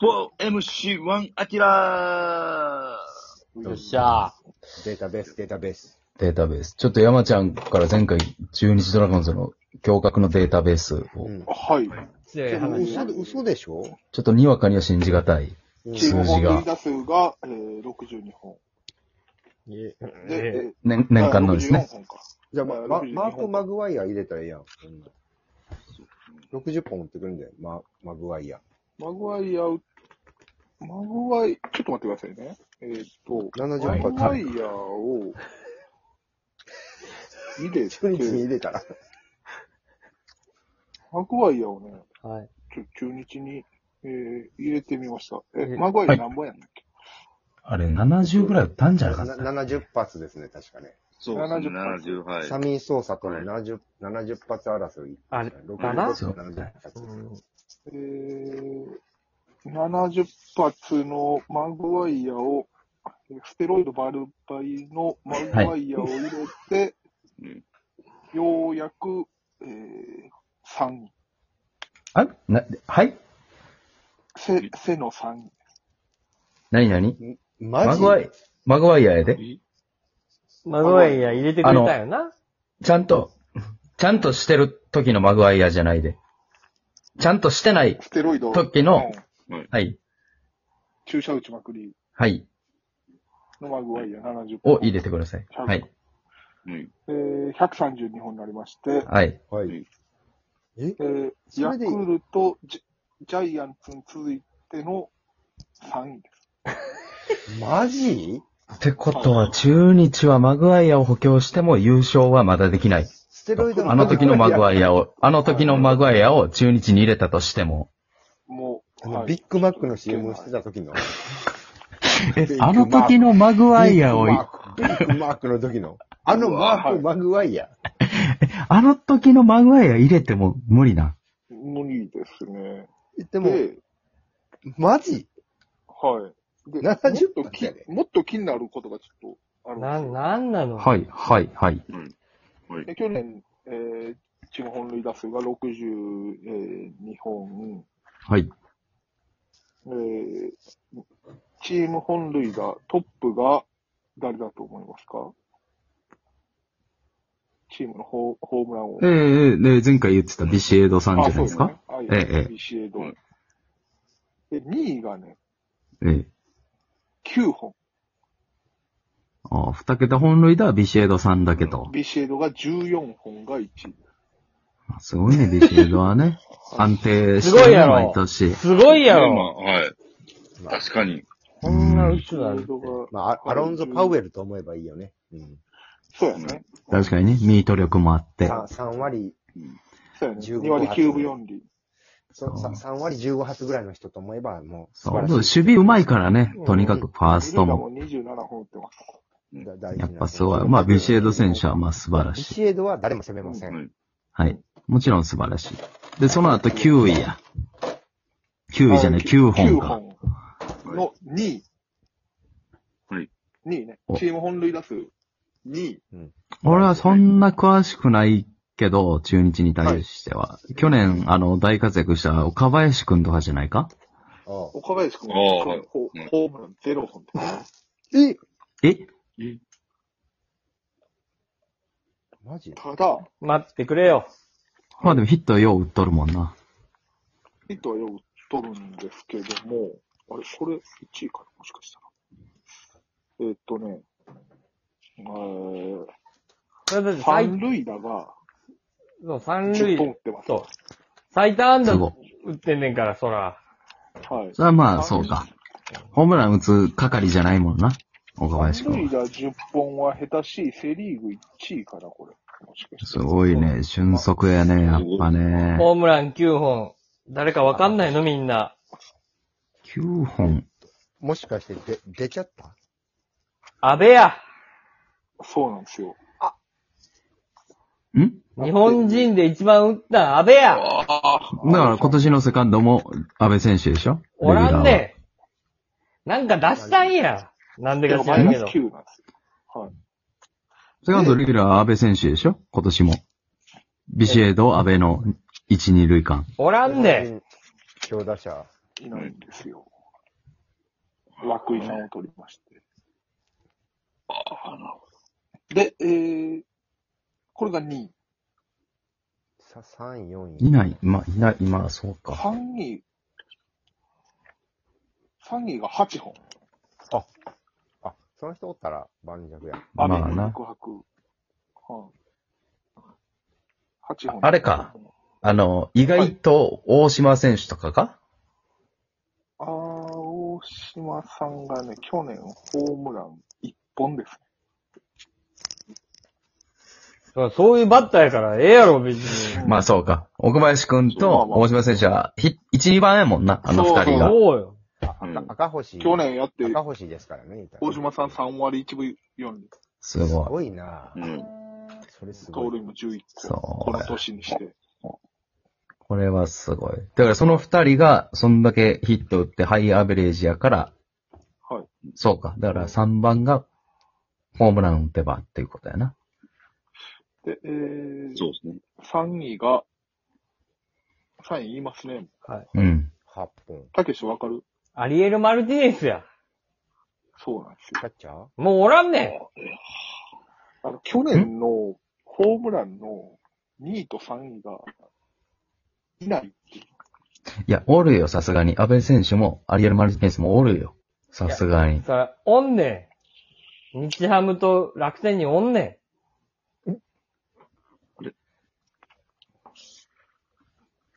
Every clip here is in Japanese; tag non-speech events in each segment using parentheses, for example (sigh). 4MC1 アキラよっしゃデータベース、データベース。データベース。ちょっと山ちゃんから前回、中日ドラゴンズの驚愕のデータベースを、ん。はい。強いでも話嘘で嘘でしょちょっとにわかには信じがたい。うチーム数字が本塁打数が、えー、62本。えで、ええー年、年間のですあね64。本かじゃあ、ま、まマーク・マグワイア入れたらいいやん。そんな60本持ってくるんだよ、ママグワイア。マグワイア、マグワイ、ちょっと待ってくださいね。えーっと、 70マグワ発イア (laughs) を、見て、中日に入れたら。マグワイアをね、はい。ちょ中日に、えー、入れてみました。え、えマグワイア何本やねんっけ、あれ、70ぐらい打ったんじゃなかったな70発ですね、確かね。そう70ですね、70、は社い。民捜査との70、70発争い。あれ60かなそう70発。えー、70発のマグワイアを、えーステロイドバルバイのマグワイアを入れて、うんようやく、えー、3人。あな、はいせ、せの3人。なになにママジグワイ、マグワイアやで。マグワイア入れてくれたよな。ちゃんと、ちゃんとしてる時のマグワイアじゃないで。ちゃんとしてない。ステロイド。時のうんはい。注射打ちまくりはい。のマグワイア70本。を入れてください。はい。うんえー、132本になりまして、はい。はい。ええー、そヤれクでルトジ、ジャイアンツに続いての3位です。マジってことは、中日はマグワイアを補強しても優勝はまだできない。ステロイドあの時のマグワイイアを、あの時のマグワイアを中日に入れたとしても。もア。あう、のはいビッグマックの CM をしてた時の。え、あの時のマグワイアを、ビッグマックの時の。あのマーク・マグワイア。あの時のマグワイア入れても無理な。無理ですね。ででも、マジはい。で、 70もっと分だよねきもっと気になることがちょっとあるんですな、よなんなのはい、はい、はい。で去年、えー、チーム本塁打数が62本、はい。えー、チーム本塁打トップが誰だと思いますかチームのホーホームランをえ。えええ前回言ってたビシエードさんじゃないですかあ、そうえですえね。あ、いえや、えビシエドはい。で、2位がね、ええ。 9本。ああ、二桁本塁打はビシエードさんだけど。ビシエドが14本が1位。すごいね、ビシエードはね。安定しすごているやね、ろ毎年。すごいやテーマろ。はい。確かに。こんな打ビシつなんエて。ドが、まあ、アアロンゾ・パウエルと思えばいいよね。うん。そうやね。確かにね、ミート力もあって。さ3割、そうやね。 15 2割9分4厘。そさ3割15発ぐらいの人と思えば、もう、素そう、晴ら守しい。備うまいからね、とにかくファーストも。も27本打ってます。だ大事なやっぱすごい。まあ、ビシエド選手はまあ素晴らビしい。シエドは誰も攻めません。はいはい。もちろん素晴らしい。で、その後9位や。9位じゃない、9本か。 9本の2位。はい。 2位ねお。チーム本塁打数2位。俺はそんな詳しくないけど、中日に対しては。去年、あの、大活躍した岡林くんとかじゃないかああ岡林君ああはいホうんホームラン0本とか。ええマジただ、待ってくれよ。まあでもヒットよう打っとるもんな。ヒットはよく取るんですけども、あれ、これ1位かなもしかしたら。えーっとね、えー、それだって最三、塁打がそう三10本打塁っ、てます。そう。最多安打すごい打ってんねんから、そら。はいそ。れはまあ、そうか。ホームラン打つ係じゃないもんな。岡林く三ん塁は。打10本は下手しい、セリーグ1位かな、これ。もしかしてすごいね。俊足やね、やっぱね。ホームラン9本。誰かわかんないのみんな。 9本。もしかして、で、出ちゃった安倍や。そうなんですよ。ん日本人で一番打った安倍や。あだから今年のセカンドも安倍選手でしょおらんレギュラーはねん。なんか出したんや。なんでか知マイらんナけスど。 9なんですよ。はい。セカンドレギュラーは安倍選手でしょ今年も。ビシエド、安倍の1、2塁間。おらんねん。強打者。いないんですよ。涌井さんを取りまして。ああ、なるほで、えー、これが2位。さ、3位、4位。いない、まあ、いない、まあ、そうか。 3位、3位が8本。あ、その人おったら盤石や。まあ雨なの告白。はあ、8本。あれか。あの、意外と大島選手とかか、あー、大島さんがね、去年ホームラン1本ですそうそういうバッターやから、ええやろ、別に。ね。まあ、そうか。奥林くんと大島選手は、ひ、1、2番やもんな、あの二人が。そうよ。あ、うん赤赤星。去年やって、赤星ですからね、言ったら大島さん3割1分4厘、すすごい。ごいなど。うん。それす盗ご塁い。も11個、そこのう。年にして。これはすごい。だからその二人が、そんだけヒット打ってハイアベレージやから、はい。そうか。だから3番が、ホームラン打てばっていうことやな。で、えー、そうですね。 3位が、3位言いますね。うん。 8本。たけしわかるアリエル・マルティネスや。そうなんですよキャッチャーもうおらんねあの、去年のホームランの2位と3位がいないっていう。いや、おるよ、さすがに。安倍選手も、アリエル・マルティネスもおるよ。さすがにん。。さ、おんねん。日ハムと楽天におんね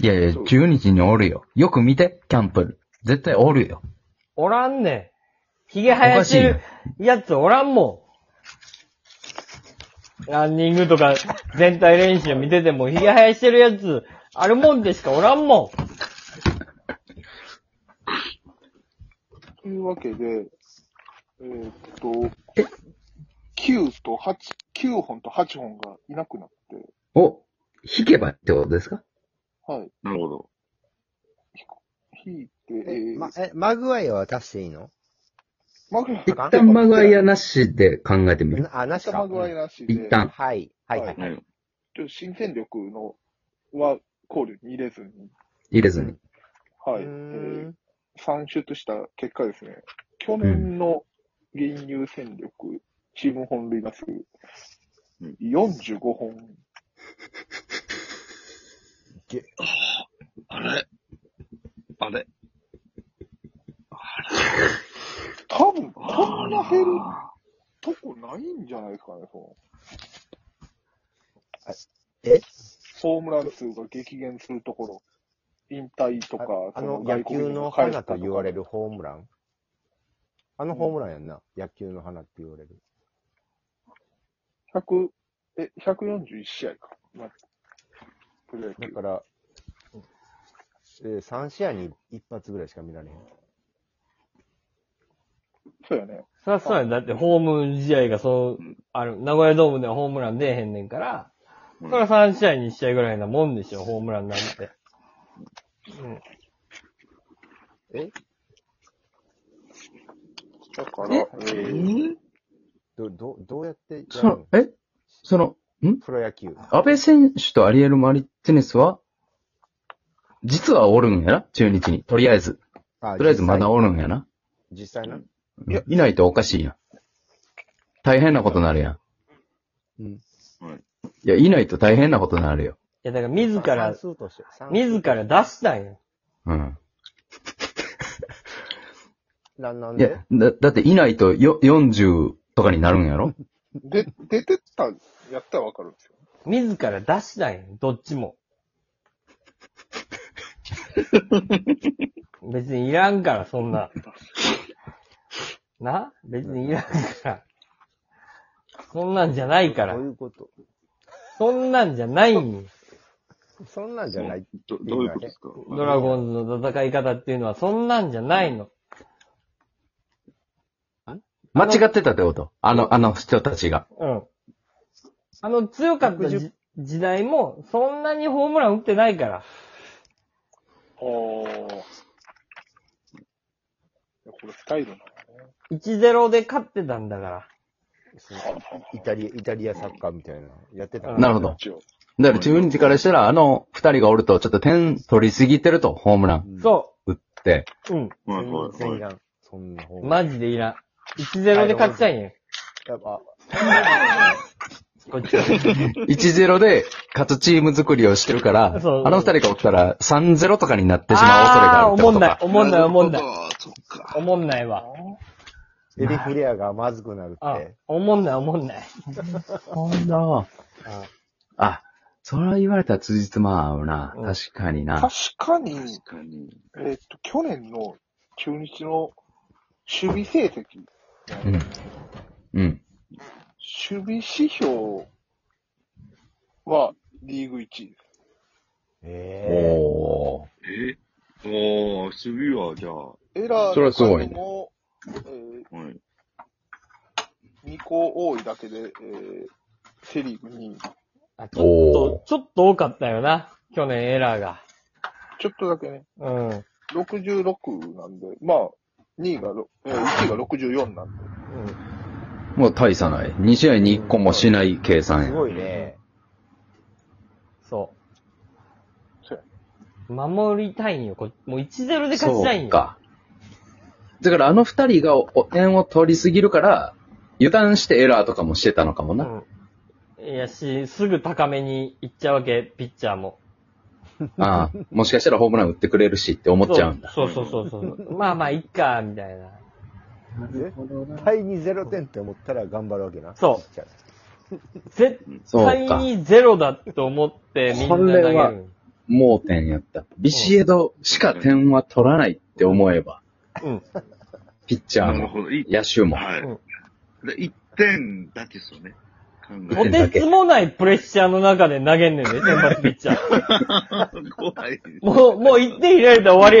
いやいや、そう中日におるよ。よく見て、キャンプル。絶対おるよ。ん。おらんねん。ひげお生やしてるやつおらんもん。ランニングとか全体練習見てても、ひげ生やしてるやつ、あるもんでしかおらんもん。というわけで、えーっと、9と8、9本と8本がいなくなって、お、引けばってことですかはい。なるほど。引いて、ええ、ー、まま、、え、マグワイアは出していいのマグワイ一一旦旦マグアイアなしで考えてみる。なあ、なしア、か。マグワイらしいで、一旦。はい。はい、はい。はい。ちょっと新戦力のは考慮に入れずに、入れずに。はい、えうーー、ん算出した結果ですね、去年の現有戦力、チーム本塁打数うん45本、あれあれ多分こんな減るとこないんじゃないですかね、そのえホームラン数が激減するところ、引退とかあ、あその、野球外国人のが花帰ったと言われる。るホームランあのホームランやんな。野球の花って言われる。 100え、141試合か。まあプロ野だ球から、えー、3試合に一発ぐらいしか見られへん。そうやね。そりゃそうやん。だってホーム試合がそううん、ある、名古屋ドームではホームラン出えへんねんから、うそんれは3試合に1試合ぐらいなもんでしょ、ホームランなんて。だから、ええー、ーど、ど、どうやってやるそのの、えその、プロ野球。安倍選手とアリエル・マルティネスは、実はおるんやな中日に。とりあえず。あとりあえずまだおるんやな。実際実際な。いやいないとおかしいやん。大変なことなるやうん。うんはい。ん。いや、いないと大変なことなるよ。いや、だから自ら算、数として算数自ら出したんや。うん。ランナーいでや、だ、だっていないとよ40とかになるんやろで、出てった、やったらわかるんですよ。自ら出したんや、どっち (laughs) も。別にいらんから、そんな。な別にいらんから。そんなんじゃないからどう。いうことそんなんじゃないんよそんなんじゃない。どどういうことですかドラゴンズの戦い方っていうのは、そんなんじゃないの。 (laughs) 間違ってたってことあの、あの人たちが。うん。あの、強かったじ時代も、そんなにホームラン打ってないから。おー。いやこれスタイルなのね。 1-0で勝ってたんだから。そのイタリア、イタリアサッカーみたいな。やってたのなるほど。一応。だ (laughs) から中日からしたら、あの二人がおると、ちょっと点取りすぎてると、ホームラン。そて、うん。はいはい全然いらん。そんな方が。マジでいらん。1-0で勝ちたいねん。やっぱ、こっちは。 1-0で勝つチーム作りをしてるから、あそうの二人がおったら3-0とかになってしまう恐れがあるってことあか。ーおもんない、おもんない、おもんなるい。ほどそっか。おもんないわ。エビフレアがまずくなるっあて。、おもんない、おもんない。ほんとああ、それは言われたら辻褄合うな。うん確かにな確。かに、確かに。えーっと、去年の中日の守備成績、うん。うん。守備指標はリーグ1位です。えおえおー、守備は、じゃあ、エラーそれはのすごい数ねも、えはい。ー、2個多いだけで、えー、セリーグ2位。あちおょっと、ちょっと多かったよな。去年エラーが。ちょっとだけね、うん。 66なんで、まあ、2位がろ、えー、1位が64なんで。ー。もう大差ない。2試合に1個もしない計ー、算すや。ごいね。そそうやう。守りたいんよ。こもう1-0で勝そちたいんうよ。か。だからあの二人がお円を取りすぎるから、油断してエラーとかもしてたのかもな。うん。いやし、すぐ高めに行っちゃうわけ、ピッチャーも。ああ、もしかしたらホームラン打ってくれるしって思っちゃうんだ。そうそうそうそうそう。まあまあ、いっか、みたいな。絶対に0点って思ったら頑張るわけな。そうちっちゃい絶そう対か。にゼロだと思ってみんな投げこれはる。盲点やった。ビシエドしか点は取らないって思えば、うん。ピッチャなーるも、ほど。い野手も。はうんい。で、1点だけですよね。考えと点てつもないプレッシャーの中で投げんねんね、先発ピッチャー。 (laughs) 怖い。もう、もう1点入れられたら終わりやねん